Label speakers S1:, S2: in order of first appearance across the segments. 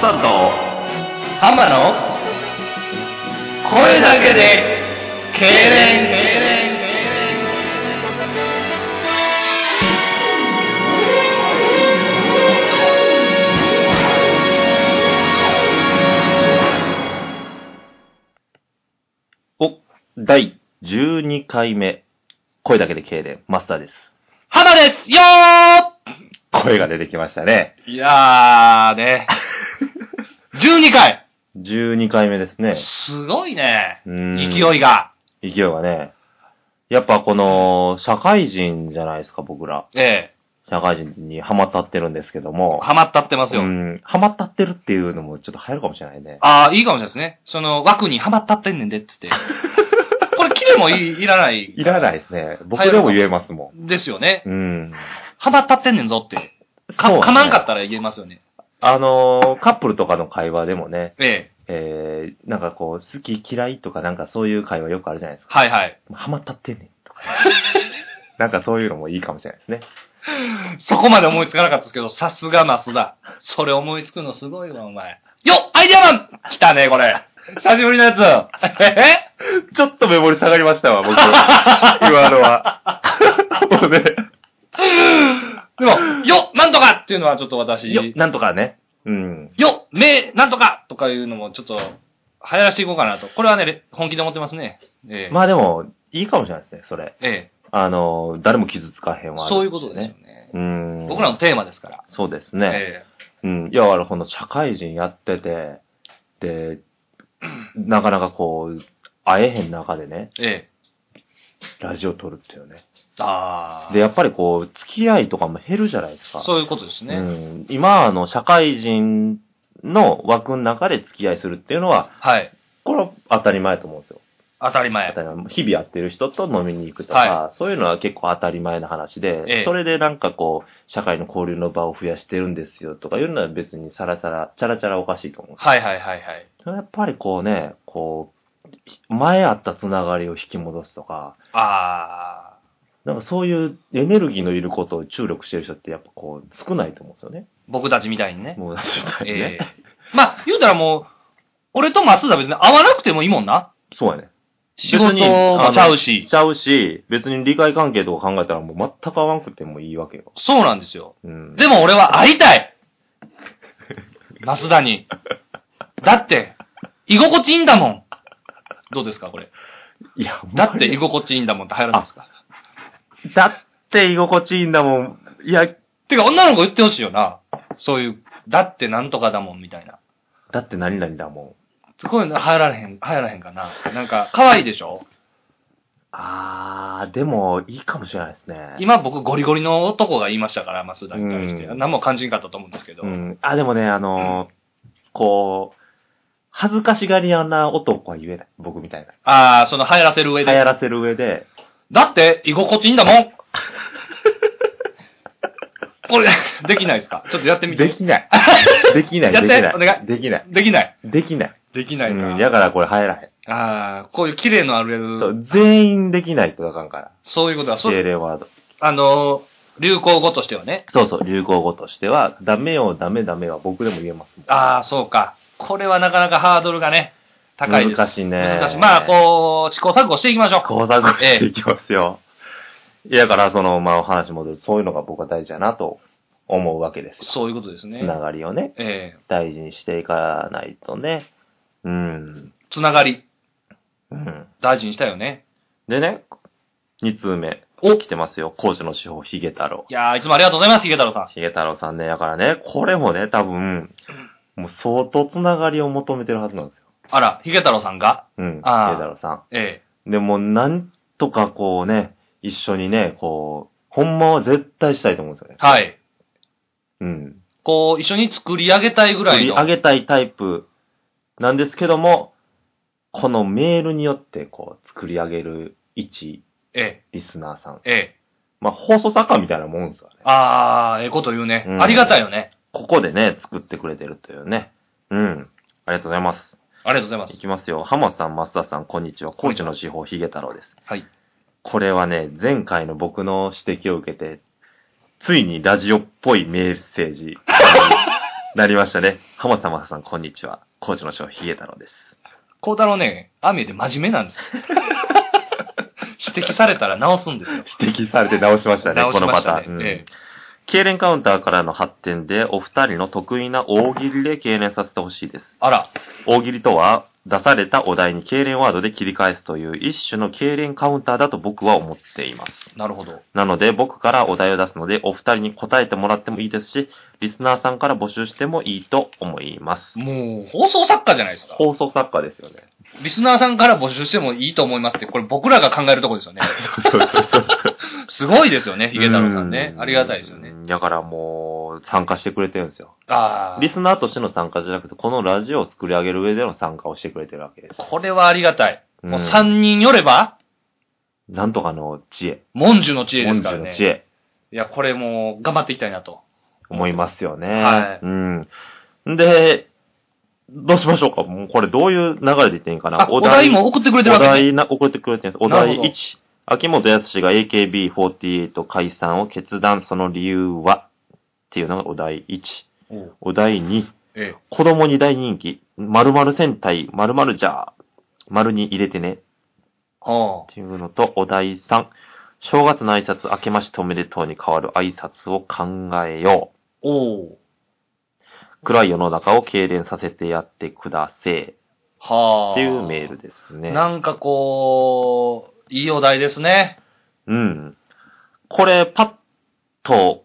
S1: サルと浜の声だけで痙攣
S2: お、第12回目。声だけで痙攣、マスターです。
S1: 浜ですよ
S2: 声が出てきましたね。
S1: ーいやーね。12回
S2: 12回目ですね。
S1: すごいね。
S2: うん
S1: 勢いが。
S2: 勢いがね。やっぱこの、社会人じゃないですか、僕ら。
S1: ええ。
S2: 社会人にハマったってるんですけども。
S1: ハマったってますよ。
S2: うん、ハマったってるっていうのもちょっと入るかもしれないね。
S1: ああ、いいかもしれないですね。その枠にハマったってんねんで、つ って。これ、キレもいいいらない。。
S2: いらないいですね。僕でも言えますも
S1: ですよね。
S2: ん。うん。
S1: ハマったってんねんぞって。
S2: そう
S1: か、
S2: ね
S1: かまんかったら言えますよね。
S2: あのーカップルとかの会話でもね、
S1: ええ。
S2: えー、なんかこう、好き嫌いとかなんかそういう会話よくあるじゃないですか。
S1: はいはい。
S2: ハマったって んねんとか。なんかそういうのもいいかもしれないですね。
S1: そこまで思いつかなかったですけど、さすがマスダ。それ思いつくのすごいわ、お前。よっアイデアマン来たね、これ。久しぶりのやつ。え
S2: ちょっとメモリ下がりましたわ、 僕。今のは。 もうね。
S1: でも、よっなんとかっていうのはちょっと私。
S2: よ、なんとかね。うん。
S1: よっめなんとかとかいうのもちょっと、流行らしていこうかなと。これはね、本気で思ってますね。ええ。
S2: まあでも、いいかもしれないですね、それ。
S1: ええ。
S2: あの、誰も傷つかへんわ、
S1: そういうことですよ。ね。
S2: うん。
S1: 僕らのテーマですから。
S2: そうですね。
S1: え
S2: うん。いや、あの、この社会人やってて、 で、なかなかこう、会えへん中でね、
S1: え。え
S2: ラジオ撮るっていうね。
S1: え。ああ。
S2: で、やっぱりこう、付き合いとかも減るじゃないですか。
S1: そういうことです
S2: う
S1: ね。
S2: ん、今、あの、社会人の枠の中で付き合いするっていうのは、
S1: はい。
S2: これは当たり前と思うんですよ。
S1: 当たり
S2: 当
S1: 前。
S2: たり前日々会ってる人と飲みに行くとか、
S1: は
S2: そういうのは結構当たり前な話で、
S1: ええ
S2: それでなんかこう、社会の交流の場を増やしてるんですよとかいうのは別にさらさら、チャラチャラおかしいと思う。
S1: はいはいはいはい。
S2: それはやっぱりこうね、こう、前あったつながりを引き戻すとか、
S1: あー、
S2: なんかそういうエネルギーのいることを注力してる人ってやっぱこう少ないと思うんですよね。
S1: 僕たちみたいにね。
S2: もう確かに
S1: え
S2: ね
S1: え。まあ、言うたらもう、俺とマスダ別に会わなくてもいいもんな。
S2: そうやね。
S1: 仕事もちゃうし。
S2: ちゃうし、別に理解関係とか考えたらもう全く合わなくてもいいわけよ。
S1: そうなんですよ。
S2: うん。
S1: でも俺は会い たいマスダに。だって、居心地いいんだもん。どうですか、これ。
S2: いや、
S1: だって居心地いいんだもんって流行るんですか。
S2: だって居心地いいんだもん。いや、
S1: てか、女の子言ってほしいよな。そういう、だってなんとかだもんみたいな。
S2: だって何々だもん。
S1: すごいな、流行られへん、流行らへんかな。なんか、可愛いでしょ
S2: あー、でも、いいかもしれないですね。
S1: 今僕ゴリゴリの男が言いましたから、マスダに対して。
S2: うん
S1: 何も感じんかったと思うんですけど。
S2: うん。あ、でもね、あのーこう、恥ずかしがり屋な男は言えない。僕みたいな。
S1: ああ、その流行らせる上
S2: 流行
S1: で。
S2: らせる上で、
S1: だって、居心地いいんだも んこれ、できないですかちょっとやってみて。
S2: でき ない。できない。
S1: やって
S2: できない
S1: お願い
S2: できない。
S1: できない。
S2: できない。
S1: でき
S2: う
S1: ない
S2: ん。
S1: な。
S2: だからこれ入らへん。
S1: ああ、こういう綺麗のある
S2: そ
S1: や
S2: う、全員できないとあかんから。
S1: つ、そういうことだ。そ
S2: 精霊ワード。
S1: あのー、流行語としてはね。
S2: そうそう、流行語としては、ダメよ、ダメダメは僕でも言えますもん。
S1: ああ、そうか。これはなかなかハードルがね、高いです。
S2: 難しいね
S1: 難しい。まあ、こう、試行錯誤していきましょう。
S2: 工作していきますよ。いや、だから、その、まあ、お話戻る、そういうのが僕は大事だなと思うわけですよ。
S1: そういうことですね
S2: つ。ながりをね、
S1: ええ
S2: 大事にしていかないとね。うん。
S1: つながり、
S2: うん。
S1: 大事にしたよね。
S2: でね、二通目、
S1: お
S2: 来てますよ。講師の司法、ヒゲ太郎。
S1: いやー、いつもありがとうございます、ヒゲ太郎さん。
S2: ヒゲ太郎さんね、だからね、これもね、多分、もう相当つながりを求めてるはずなんですよ。
S1: あら、ヒゲ太郎さんが
S2: うん。ヒゲ
S1: あー
S2: 太郎さん。
S1: え
S2: でも、なんとかこうね、一緒にね、こう、ほんまは絶対したいと思うんですよね
S1: え。はい。
S2: うん。
S1: こう、一緒に作り上げたいぐら
S2: 取
S1: い
S2: り
S1: の。
S2: 上げたいタイプなんですけども、このメールによって、こう、作り上げる一
S1: え
S2: リスナーさん。
S1: え、ええ。
S2: まあ、放送作家みたいなもんですよね。
S1: あー、ええこと言うね。
S2: うん
S1: ありがたいよね。
S2: ここでね、作ってくれてるというね。うん。ありがとうございます。
S1: ありがとうございま
S2: い
S1: す。
S2: きますよ。浜田さん、増田さん、こんにちは。コーチの司法、ヒゲ太郎です。
S1: はい。
S2: これはね、前回の僕 の指摘を受けて、ついにラジオっぽいメッセージ、なりましたね。浜田雅さん、こんにちは。コーチの翔、ヒゲ太郎です。
S1: 孝太郎ね、アミュで真面目なん ですよ。指摘されたら直すんですよ。
S2: 指摘されて直しましたね、
S1: 直
S2: こ
S1: し
S2: の
S1: ま
S2: パ
S1: し
S2: タ
S1: たね
S2: ーン。うん
S1: ええ
S2: 経連カウンターからの発展で、お二人の得意な大喜利で経連させてほしいです。
S1: あら、
S2: 大喜利とは、出されたお題に経連ワードで切り返すという一種の経連カウンターだと僕は思っています。
S1: なるほど。
S2: なので、僕からお題を出すので、お二人に答えてもらってもいいですし、リスナーさんから募集してもいいと思います。
S1: もう、放送作家じゃないですか。
S2: 放送作家ですよね。
S1: リスナーさんから募集してもいいと思いますって、これ僕らが考えるとこですよね。すごいですよね、ヒゲ太郎さんね。
S2: う
S1: ありがたいですよね。。
S2: だからもう、参加してくれてるんですよ。
S1: ああ。
S2: リスナーとしての参加じゃなくて、このラジオを作り上げる上での参加をしてくれてるわけです。
S1: これはありがたい。もう
S2: うん
S1: 3人よれば、
S2: なんとかの知恵。
S1: 文殊の知恵で
S2: 本
S1: す
S2: 日
S1: からね
S2: の。知恵。
S1: いや、これもう、頑張っていきたいなと。
S2: 思いますよね。
S1: はい
S2: うん。で、どうしましょうかもうこれどういう流れで言っていいんかな
S1: あ、お題も送ってくれてるわ
S2: お
S1: けね。
S2: 題な、送ってくれてるんです。お
S1: なる
S2: 題
S1: ほど
S2: 1。秋元康が AKB48 解散を決断、その理由はっていうのがお題1。
S1: おう
S2: お題2。
S1: ええ
S2: 子供に大人気。〇〇戦隊、〇〇じゃー。丸に入れてね。っ
S1: はあ
S2: ていうのと、お題3。正月の挨拶、明けましておめでとうに変わる挨拶を考えよ
S1: おう
S2: う。暗い世の中を痙攣させてやってくだせえ。
S1: はあ。
S2: っていうメールですね。
S1: なんかこう、いいお題ですね。
S2: うん。これ、パッと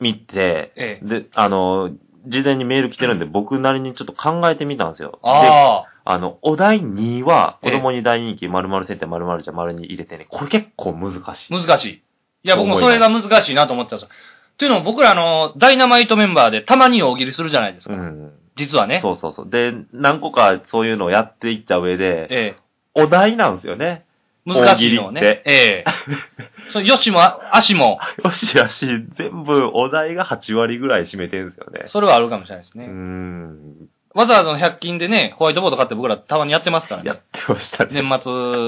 S2: 見て、
S1: ええ。
S2: で、あの、事前にメール来てるんで、僕なりにちょっと考えてみたんですよ。で、
S1: あ
S2: あの、お題2は、
S1: え
S2: 子
S1: え
S2: 供に大人気、〇〇先生、〇〇じゃ〇に入れてね、これ結構難し
S1: あ、
S2: い。
S1: 難しい。いや、僕もそれが難しいなと思ってたんですよ。というのも僕らあの、ダイナマイトメンバーでたまに大喜利するじゃないです
S2: う
S1: か。
S2: ん。
S1: 実はね。
S2: そうそうそう。で、何個かそういうのをやっていった上で、
S1: ええ。
S2: お題なんですよね。
S1: 難しいのを
S2: 大喜利っ
S1: ね。 ええ。そのよしもあ、足も、
S2: よしよし、全部お題が8割ぐらい占めてるんですよね。
S1: それはあるかもしれないです
S2: う
S1: ね。
S2: ん。
S1: わざわざの100均でね、ホワイトボード買って僕らたまにやってますから
S2: やっ
S1: ね。
S2: てましたね。
S1: 年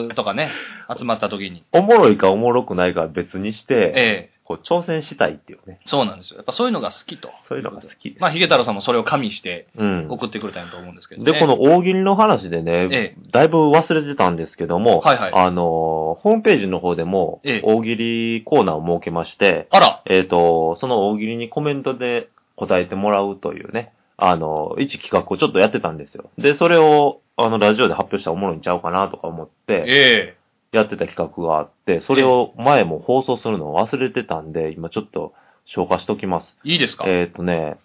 S1: 末と かね、集まった時に。
S2: おもろいかおもろくないかは別にして、
S1: ええ。
S2: こう挑戦したいっていうね。
S1: そうなんですよ。やっぱそういうのが好きと。
S2: そういうのが好きです。
S1: まあ、ヒゲ太郎さんもそれを加味して
S2: うん。
S1: 送ってくれたんやと思うんですけど、ね。
S2: で、この大喜利の話でね、
S1: え
S2: だいぶ忘れてたんですけども、
S1: はいはい
S2: あのー、ホームページの方でも
S1: ええ、
S2: 大喜利コーナーを設けまして、
S1: あら、
S2: えっ、と、その大喜利にコメントで答えてもらうというね、あのー、一企画をちょっとやってたんですよ。で、それを、あの、ラジオで発表したらおもろいんちゃうかなとか思って、
S1: ええ
S2: やってた企画があって、それを前も放送するのを忘れてたんで、今ちょっと消化しときます。
S1: いいですか、
S2: えっ、とね、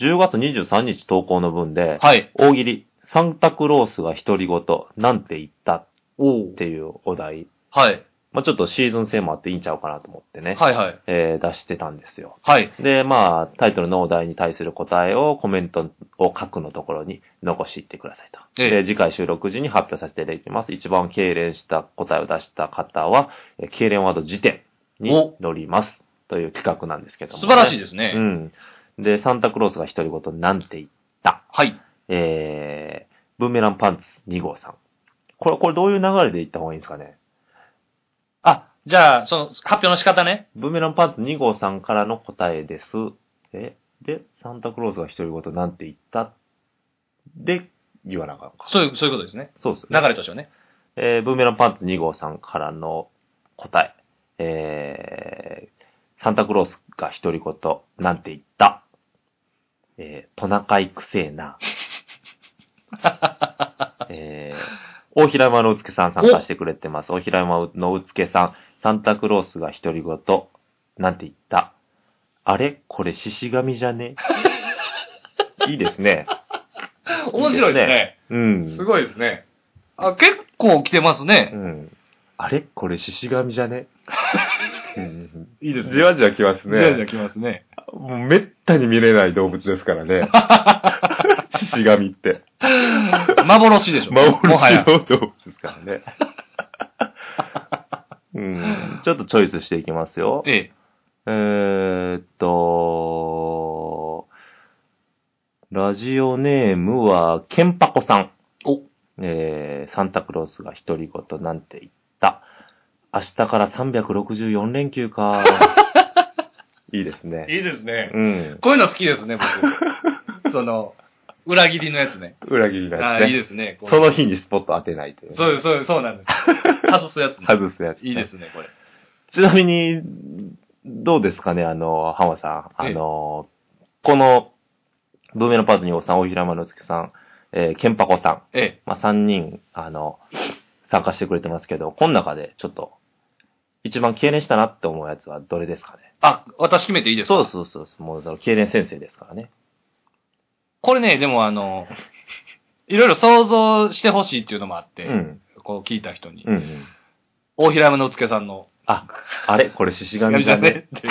S2: 10月23日投稿の分で、
S1: はい。
S2: 大喜利、サンタクロースが独り言、なんて言ったっ
S1: おう
S2: ていうお題。
S1: はい。
S2: まあちょっとシーズン性もあっていいんちゃうかなと思ってね、
S1: はいはい。
S2: えー出してたんですよ。
S1: はい。
S2: で、まあタイトルのお題に対する答えをコメントを書くのところに残していってくださいと。
S1: ええ
S2: で、次回収録時に発表させていただきます。一番痙攣した答えを出した方は、えー痙攣ワード辞典に載ります。という企画なんですけども、
S1: 素晴らしい
S2: です
S1: ですね。
S2: うん。で、サンタクロースが独り言なんて言った。
S1: はい。
S2: えー、ブーメランパンツ2号さん。これ、これどういう流れで言った方がいいんですかね
S1: あ、じゃあ、その、発表の仕方ね。
S2: ブーメランパンツ2号さんからの答えです。え、で、サンタクロースが独り言なんて言った。で、言わなあかんか。
S1: そういう、そういうことですね。
S2: そうですよ
S1: 流
S2: ね。
S1: れとしてはね。
S2: えー、ブーメランパンツ2号さんからの答え。えー、サンタクロースが独り言なんて言った。えー、トナカイくせえな。えー、大平山のうつけさん参加してくれてます。大平山のうつけさん、サンタクロースが独り言なんて言った。あれこれ獅子神じゃねいいですね。
S1: 面白いですね。
S2: うん。
S1: すごいですね。あ、結構来てますね
S2: う。ん。あれこれ獅子神じゃね うん
S1: いいで
S2: じわじわきますね。
S1: 来ま すね。
S2: もうめったに見れない動物ですから ね。獅子神って。
S1: 幻でしょ。もは
S2: 幻
S1: や。
S2: の動物ですから ね。うん、ちょっとチョイスしていきますよ。
S1: ええ。
S2: えーっと、ラジオネームは、ケンパコさん。
S1: お
S2: えーサンタクロースが独り言なんて言った。明日から364連休 か。いいですね。
S1: いいですね。
S2: うん。
S1: こういうの好きですね、僕。その、裏切りのやつね。
S2: 裏切りの
S1: あ
S2: や
S1: あ、
S2: つ
S1: いい
S2: ね。
S1: ですね。これ
S2: その日にスポット当てないという。
S1: そうです、そうです、そ うなんです。外すやつね。
S2: 外すやつね。
S1: いいですね、これ。
S2: ちなみに、どうですかね、あの、浜さん。あの、この、文明のパート2号さん、大平丸之助さん、えー、ケンパコさん。
S1: え
S2: まあ、3人、あの、参加してくれてますけど、この中で、ちょっと、一番経年したなって思うやつはどれですかね。
S1: あ、私決めていいですか
S2: そうそうそうそう、もう、その経年先生ですからね。
S1: これね、でもあの、いろいろ想像してほしいっていうのもあって、
S2: うん。
S1: こう聞いた人に、
S2: うん、うん。
S1: 大平山之助さんの、
S2: あ、あれこれ、獅子
S1: や
S2: 神
S1: り
S2: じ
S1: じゃ
S2: ゃ
S1: ね
S2: ね。
S1: って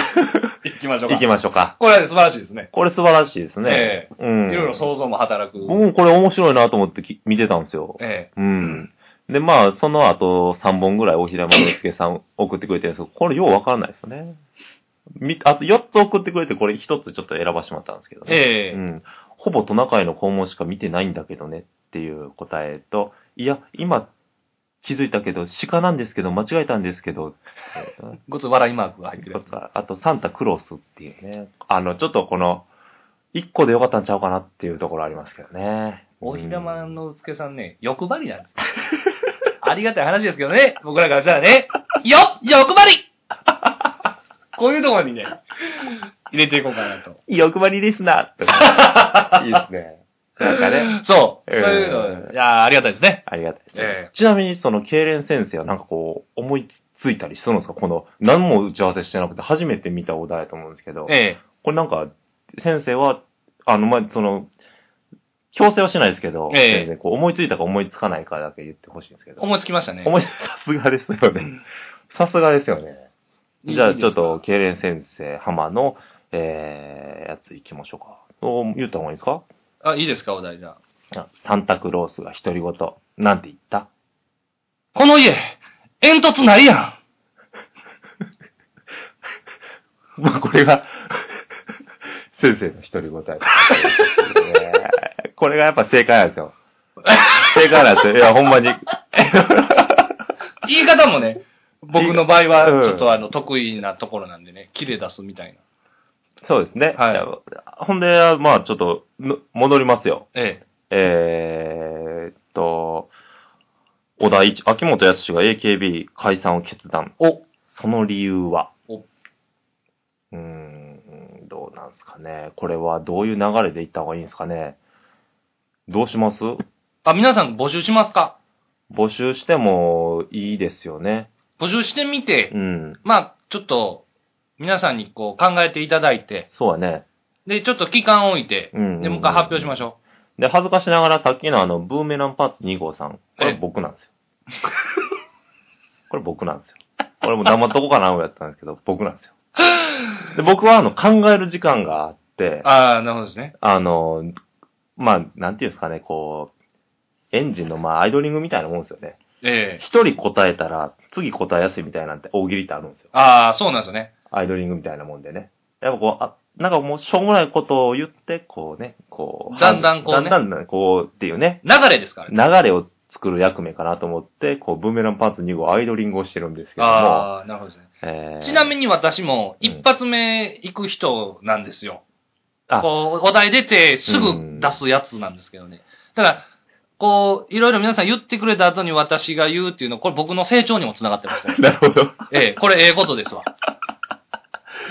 S1: 行きましょうか。
S2: 行きましょうか。
S1: これは素晴らしいですね。
S2: これ素晴らしいですね。う
S1: い
S2: ん。
S1: ろいろ想像も働く。
S2: 僕もこれ面白いなと思ってき見てたんですよ。
S1: ええ
S2: うん。で、まあ、その後、3本ぐらい、大平丸之助さん送ってくれてるんですけど、これようわからないですよね。みあと4つ送ってくれて、これ1つちょっと選ばしてもらったんですけどね。
S1: ええ
S2: うん。ほぼトナカイの肛門しか見てないんだけどねっていう答えと、いや、今、気づいたけど、鹿なんですけど、間違えたんですけど、えー
S1: ごつ笑いマークが入ってるやつ。
S2: あと、サンタクロースっていうね。あの、ちょっとこの、一個でよかったんちゃうかなっていうところありますけどね。
S1: 大平山
S2: うん
S1: 之助さんね、欲張りなんです。ありがたい話ですけどね、僕らからしたらね。よ欲張りこういうところにね、入れていこうかなと。
S2: 欲張りですなと か。いいですね。なんかね。
S1: そう。そう
S2: ええ
S1: いうの、いやーありがたいですね。
S2: ありがたいですね。
S1: え
S2: ちなみに、その、痙攣先生はなんかこう、思いついたりするんですかこの、何も打ち合わせしてなくて、初めて見たお題だと思うんですけど、
S1: え
S2: これなんか、先生は、あの、まあ、その、強制はしないですけど、
S1: ええ
S2: 全然こう思いついたか思いつかないかだけ言ってほしいんですけ
S1: え
S2: ど。
S1: 思いつきましたね。
S2: 思い、さすがですよね。さすがですよね。じゃあ、ちょっと、
S1: い
S2: 痙攣先生、浜の、えー、やつ行きましょうか。お言った方がいいですか
S1: いですか。あ、いいですか、お題じゃあ。
S2: あサンタクロースが独り言。なんて言った
S1: この家、煙突ないやん。
S2: まあ、これが、先生の独り言や、ね。これがやっぱ正解なんですよ。正解なんですよ。いや、ほんまに。
S1: 言い方もね、僕の場合
S2: う
S1: は、
S2: ん
S1: ちょっとあの、得意なところなんでね、切れ出すみたいな。
S2: そうですね。
S1: はい
S2: やほんで、まあ、ちょっとの、戻りますよ。
S1: え
S2: えーっと、小田一、秋元康が AKB 解散を決断。
S1: お
S2: その理由は
S1: お
S2: うーん、どうなんですかね。これはどういう流れでいった方がいいんですかね。どうします
S1: あ、皆さん募集しますか
S2: 募集してもいいですよね。
S1: 募集してみて
S2: う、ん。
S1: まあ、ちょっと、皆さんにこう考えていただいて、
S2: そうだね。
S1: で、ちょっと期間を置いて、
S2: うん。
S1: で、もう一回発表しまし
S2: ょ
S1: ょ
S2: う。で、恥ずかしながらさっきのあの、ブーメランパーツ2号さん。これ
S1: え
S2: 僕なんですよ。これ僕なんですよ。俺も黙っとこうかな、やったんですけど、僕なんですよ。で、僕はあの、考える時間があって
S1: う。、ああ、なるほどですね。
S2: あの、まあ、なんていうんですかね、こう、エンジンの、まあ、アイドリングみたいなもんですよね。
S1: ええ
S2: 一人答えたら、次答えやすいみたいなんて大喜利ってあるんですよ。
S1: ああ、そうなんですよね。
S2: アイドリングみたいなもんでね。やっぱこう、あ、なんかもう、しょうもないことを言って、こうね、こう。
S1: だんだんこうね
S2: だんだんこうっていうね、
S1: 流れですからね。
S2: 流れを作る役目かなと思って、こう、ブーメランパーツ2号アイドリングをしてるんですけども。
S1: ああ、なるほどですね。
S2: えー
S1: ちなみに私も
S2: うん
S1: 一発目行く人なんですよ。
S2: あ
S1: こう、お題出てすぐ出すやつなんですけどね。だから、こう、いろいろ皆さん言ってくれた後に私が言うっていうのは、これ僕の成長にもつながってます。これ
S2: なるほど。
S1: ええ、これええことですわ。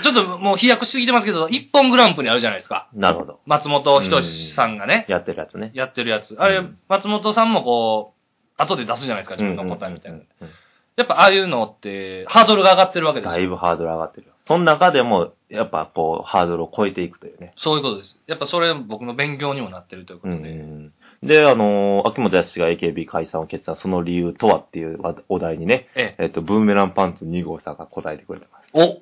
S1: ちょっともう飛躍しすぎてますけど、一本グランプリあるじゃないですか。
S2: なるほど。
S1: 松本人志さんがね、
S2: やってるやつね。
S1: やってるやつ。あ
S2: う
S1: れ
S2: ん、
S1: 松本さんもこう、後で出すじゃないですか、自分の答えみたいな
S2: うん。うんうんうん
S1: やっぱああいうのって、ハードルが上がってるわけです
S2: だ
S1: よ
S2: いぶハードル上がってるよ。その中でも、やっぱこう、ハードルを超えていくというね。
S1: そういうことです。やっぱそれ僕の勉強にもなってるというこ
S2: う
S1: と
S2: ん
S1: で。
S2: うんうん。で、あのー秋元康が AKB 解散を決断、その理由とはっていうわお題にね、
S1: ええ。
S2: えっと、ブーメランパンツ2号さんが答えてくれてます。
S1: お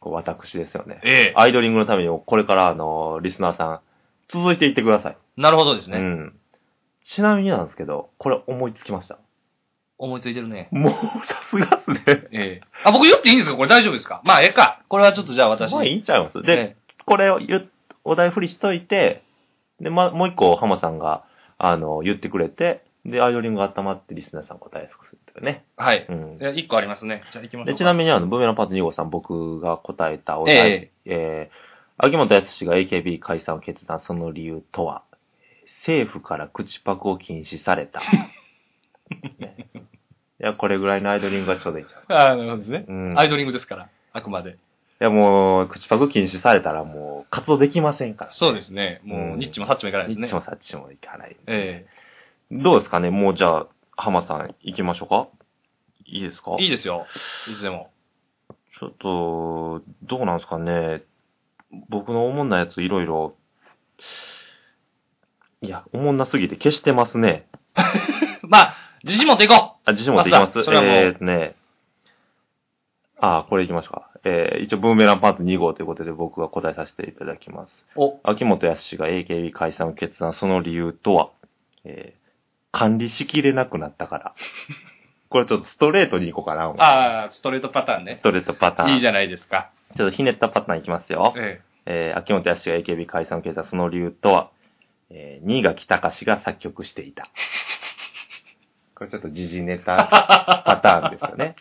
S2: こう私ですよね。
S1: ええ。
S2: アイドリングのためにも、これから、あのーリスナーさん、続いていってください。
S1: なるほどですね。
S2: うん。ちなみになんですけど、これ思いつきました。
S1: 思いついてるね。
S2: もう、さすがっす ね。
S1: ええ。あ、僕言っていいんですかこれ大丈夫ですかまあ、ええか。これはちょっとじゃあ私。
S2: まあ、いいんちゃいます。で、
S1: え
S2: これを言っお題振りしといて、で、ま、もう一個、浜さんが、あの、言ってくれて、で、アイドリングが温まって、リスナーさん答えやすくするっていうね。
S1: え。はい。
S2: うん。
S1: え一個ありますね。じゃあ行きましょう
S2: で、
S1: か。
S2: ちな
S1: に、
S2: みに、あの、ブーメランパーツ2号さん、僕が答えたお題、えー秋元康が AKB 解散を決断、その理由とは、政府から口パクを禁止され た。いや、これぐらいのアイドリングがちょうどいいんじゃない
S1: ああ、なるほどですね。
S2: うん
S1: アイドリングですから、あくまで。
S2: いや、もう、口パク禁止されたらもう、活動できませんから、
S1: そうですね。も
S2: う
S1: う、
S2: ん
S1: ニッチもサッチもいかないです
S2: ニ
S1: ね
S2: ッチ。もサッチもいかない。
S1: え
S2: どうですかねもうじゃあ、浜さん行きましょうかいいですか
S1: えいいですよ。いつでも。
S2: ちょっと、どうなんですかね。僕のおもんなやついろいろ、いや、おもんなすぎて消してますね。
S1: まあ、自信持っていこ
S2: あ、自信持っていきます。
S1: あそれはもう
S2: えーとね。あ、これいきましょうか。えー一応、ブーメランパンツ2号ということで僕が答えさせていただきます。
S1: う。お、
S2: 秋元康が AKB 解散を決断、その理由とは、えー管理しきれなくなった から。これちょっとストレートにいこうかな。
S1: ああ、ストレートパターンね
S2: ス。トレートパターン。
S1: いいじゃないですか。
S2: ちょっとひねったパターンいきますよ。
S1: え
S2: えー秋元康が AKB 解散を決断、その理由とは、えー、新垣隆が作曲していた。 これちょっと時事ネタパターンですよ ね。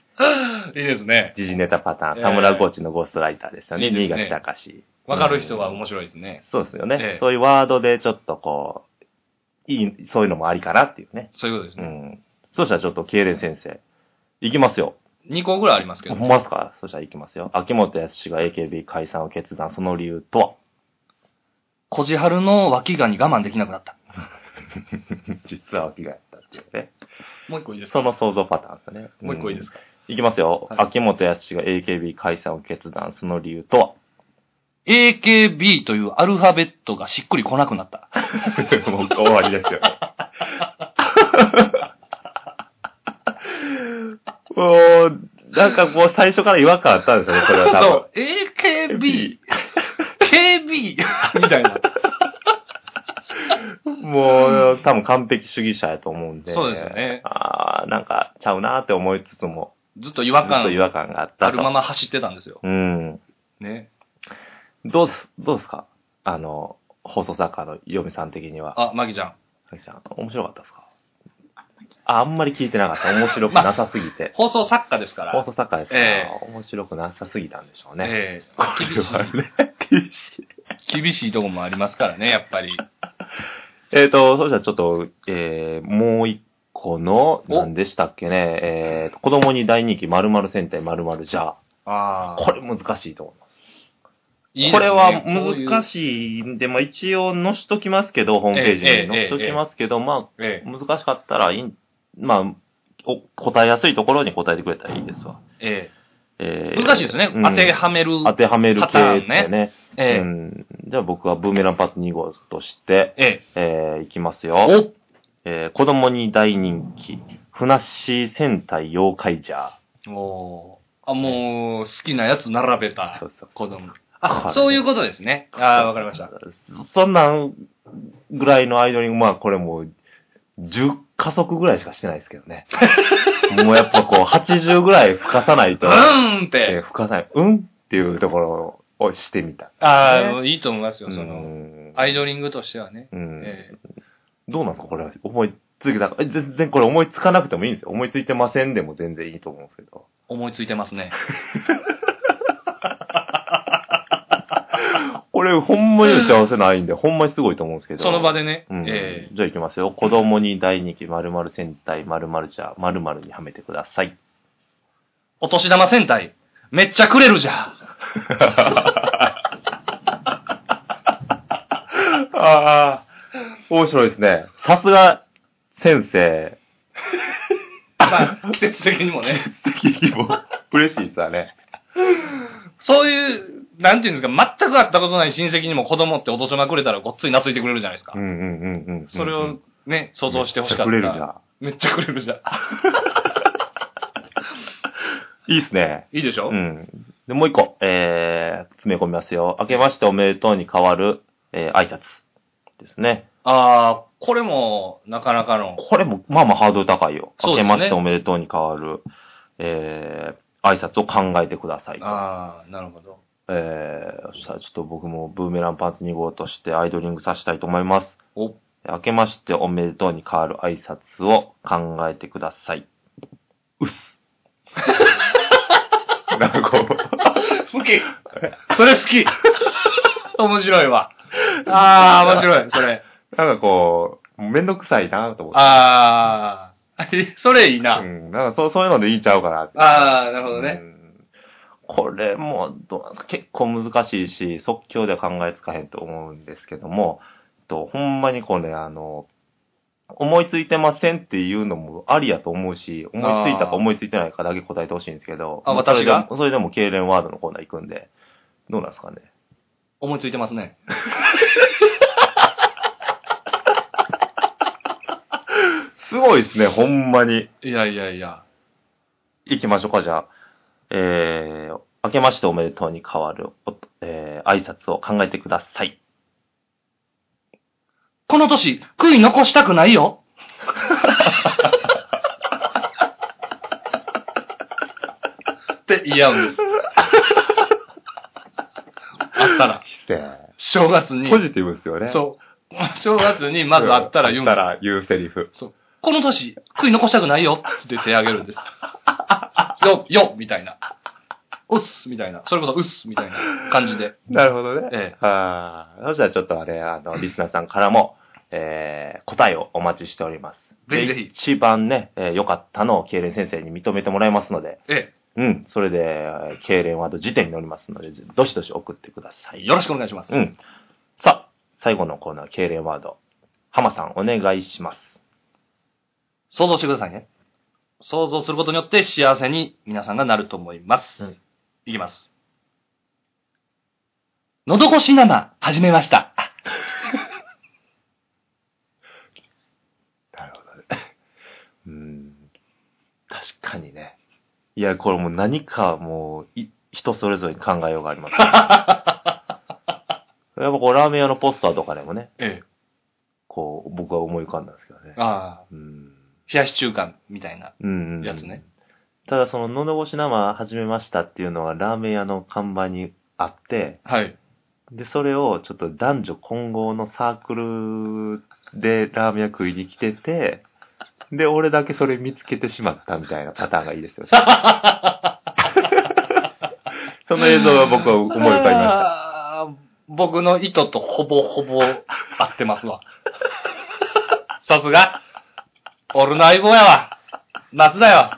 S1: え。 いいですね。
S2: 時事ネタパターン。
S1: えー
S2: 田村コーチのゴーストライターですよね。
S1: いいですね
S2: 新垣隆。
S1: わかる人は
S2: うん
S1: 面白いですね。
S2: そうですよね、
S1: ええ
S2: そういうワードでちょっとこう、いい、そういうのもありかなっていうね。
S1: そういうことです
S2: う
S1: ね。
S2: ん。そしたらちょっと、敬礼先生。いきますよ。
S1: 2個ぐらいありますけ
S2: ほ
S1: ど
S2: ん。まっすかそしたらいきますよ。秋元康が AKB 解散を決断、その理由とは
S1: こじはるの脇がに我慢できなくなった。
S2: 実は秋がやったっていうね。
S1: もう一個いいですか
S2: その想像パターンですよね。
S1: もう一個いいです
S2: か、
S1: か
S2: いきますよ。
S1: はい
S2: 秋元康が AKB 解散を決断、その理由とは
S1: AKB というアルファベットがしっくり来なくなった。
S2: もう終わり ですよ、ね。もう、なんかこう最初から違和感あったんですよね、それは多 分。
S1: そう、AKB、KB みたいな。
S2: もう、多分完璧主義者やと思うんで。
S1: そうですよね
S2: ああ、なんかちゃうなーって思いつつも、
S1: ずっと違
S2: ち
S1: 和
S2: ょっ
S1: 感
S2: と違和感があったと。
S1: あるまま走ってたんですよ。
S2: うん。
S1: ね。
S2: どうです、どうですかあの、放送作家の嫁さん的には。
S1: あ、マギちゃん。
S2: さきちゃん、面白かったですかああんまり聞いてなかった。面白くなさすぎて。
S1: 放送作家ですから。
S2: 放送作家ですから、
S1: え
S2: 面白くなさすぎたんでしょうね。
S1: ええ
S2: これはね 厳しい。
S1: 厳しいとこもありますからね、やっぱり。
S2: えっ、と、そうしたらちょっと、えー、もう一個の、
S1: お
S2: 何でしたっけね、えーと、子供に大人気〇〇戦隊〇〇じゃ
S1: あ
S2: これ難しいと思います。
S1: いいで
S2: こ
S1: すね
S2: れは
S1: こういう
S2: 難しいんで、まあ一応載しときますけど、ホームページに
S1: ええええ
S2: 載しときますけど、まあ
S1: え
S2: 難しかったらいい、まあ、お答えやすいところに答えてくれたらいいですわ。
S1: ええ
S2: え
S1: え
S2: ー
S1: 難しいですね。
S2: うん
S1: 当てはめる。
S2: 当てはめる系って
S1: パタ
S2: ね。
S1: ーンええ
S2: うん、じゃあ僕はブーメランパッド2号として、
S1: ええ
S2: えー、いきますよ。
S1: お
S2: えー、子供に大人気、ふなっしー戦隊妖怪じゃ。
S1: おーあ、もう、好きなやつ並べ
S2: う
S1: た
S2: そう。
S1: 子供。
S2: こ
S1: あ、
S2: れ
S1: そういうことですね。あーわかりました。
S2: そんなんぐらいのアイドリング、まあこれもう、10加速ぐらいしかしてないですけどね。 もうやっぱこう、80ぐらい吹かさないと。
S1: うーんっ
S2: えー
S1: て。
S2: 吹かない。うんっていうところをしてみた。
S1: ああ、いいと思いますよ、
S2: う
S1: その、
S2: ん
S1: アイドリングとしてはね。
S2: うん
S1: ええ
S2: どうなんですかこれは思いつけた。え全然これ思いつかなくてもいいんですよ。思いついてませんでも全然いいと思うんですけど。
S1: 思いついてますね。
S2: これほんまに打ち合わせないんで、ほんまにすごいと思うんですけど。
S1: その場でね。
S2: うん
S1: ええ
S2: じゃあ行きますよ。子供に大人気〇〇戦隊〇〇じゃ〇〇にはめてください。
S1: お年玉戦隊、めっちゃくれるじゃん。
S2: ああ、面白いですね。さすが先生。
S1: まあ、季節的にもね。
S2: 嬉しいですわね。
S1: そういう、なんていうんですか、全く会ったことない親戚にも子供ってお年玉くれたらごっつい懐いてくれるじゃないですか。
S2: うんうんうんうんうん。
S1: それをね、想像してほしかった。
S2: めっちゃくれるじゃん。
S1: めっちゃくれるじゃん。
S2: いいっすね。
S1: いいでしょ、
S2: うん。で、もう一個、えー、詰め込みますよ。明けましておめでとうに変わる、えー、挨拶ですね。
S1: ああ、これも、なかなかの。
S2: これも、まあまあハードル高いよ。
S1: そう
S2: 明け
S1: ですね
S2: ましておめでとうに変わる、えー、挨拶を考えてくださいと。
S1: ああ、なるほど。
S2: えー、そしたらちょっと僕もブーメランパンツ2号としてアイドリングさせたいと思います。
S1: お、
S2: 明けましておめでとうに変わる挨拶を考えてください。うっ す。なんかこう、
S1: 好きそれ好き面白いわ。ああ、面白い、それ。
S2: なんかこう、めんどくさいなと思って。
S1: ああ、 それいいな。
S2: うん。なんかそう、そういうのでいいちゃうかなって。
S1: ああ、なるほどね。
S2: うんこれもどうなんですか、結構難しいし、即興では考えつかへんと思うんですけども、えっと、ほんまにこれ、あの、思いついてませんっていうのもありやと思うし、思いついたか思いついてないかだけ答えてほしいんですけど、
S1: あ
S2: もう
S1: 私が
S2: それでもそれでも、痙攣ワードのコーナー行くんで、どうなんですかね。
S1: 思いついてますね。
S2: すごいですね、ほんまに。
S1: いやいやいや。
S2: 行きましょうか、じゃあ。えー、明けましておめでとうに変わるお、えー、挨拶を考えてください。
S1: この年、悔い残したくないよ。 って言い合うんです。あったら、正月に
S2: ポ、ジティブですよね。
S1: そう。正月にまず会ったら言うん
S2: だ
S1: だ
S2: ったら言うセリフ。
S1: この年、悔い残したくないよっつって手あげるんです。 よ、よみたいな。うっすみたいな。それこそうっすみたいな感じで。
S2: なるほどね。
S1: ええ
S2: ああ、そしたらちょっとあれ、あの、リスナーさんからも、えー、答えをお待ちしております。
S1: ぜひぜひ
S2: で一番ね、えー良かったのを、ケイレン先生に認めてもらいますので、
S1: え
S2: うん、それで、えーケイレンワード辞典に載りますので、どしどし送ってくださ
S1: え、
S2: い。
S1: よろしくお願いします。
S2: うん。さあ、最後のコーナー、敬礼ワード。浜さん、お願いします。
S1: 想像してくださいね。想像することによって幸せに皆さんがなると思います。
S2: うん
S1: いきます。のどこし生、始めました。
S2: なるほどね。 うん。確かにね。いや、これもう何かもう、い人それぞれに考えようがあります、 やっぱこう、ラーメン屋のポスターとかでもね、
S1: ええ。
S2: こう、僕は思い浮かんだんですけどね。
S1: ああ、
S2: うん。
S1: 冷やし中華みたいな。
S2: うん、うん。
S1: やつね。
S2: ただ、その、のど越し生始めましたっていうのは、ラーメン屋の看板にあって、
S1: はい。
S2: で、それをちょっと男女混合のサークルでラーメン屋食いに来てて、で、俺だけそれ見つけてしまったみたいなパターンがいいですよね。その映像は僕は思い浮かびま した。
S1: あー僕の意図とほぼほぼ合ってますわ。 さすが。俺の相棒やわ。夏だよ。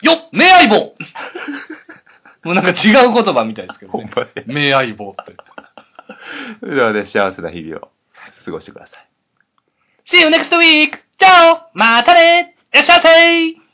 S1: よっ名相棒もうなんか違う言葉みたいですけど
S2: ほん
S1: ね。
S2: まに。
S1: 名相棒って。
S2: それではね、幸せな日々を過ごしてください。
S1: See you next week! チャオまたねいらっしゃいませ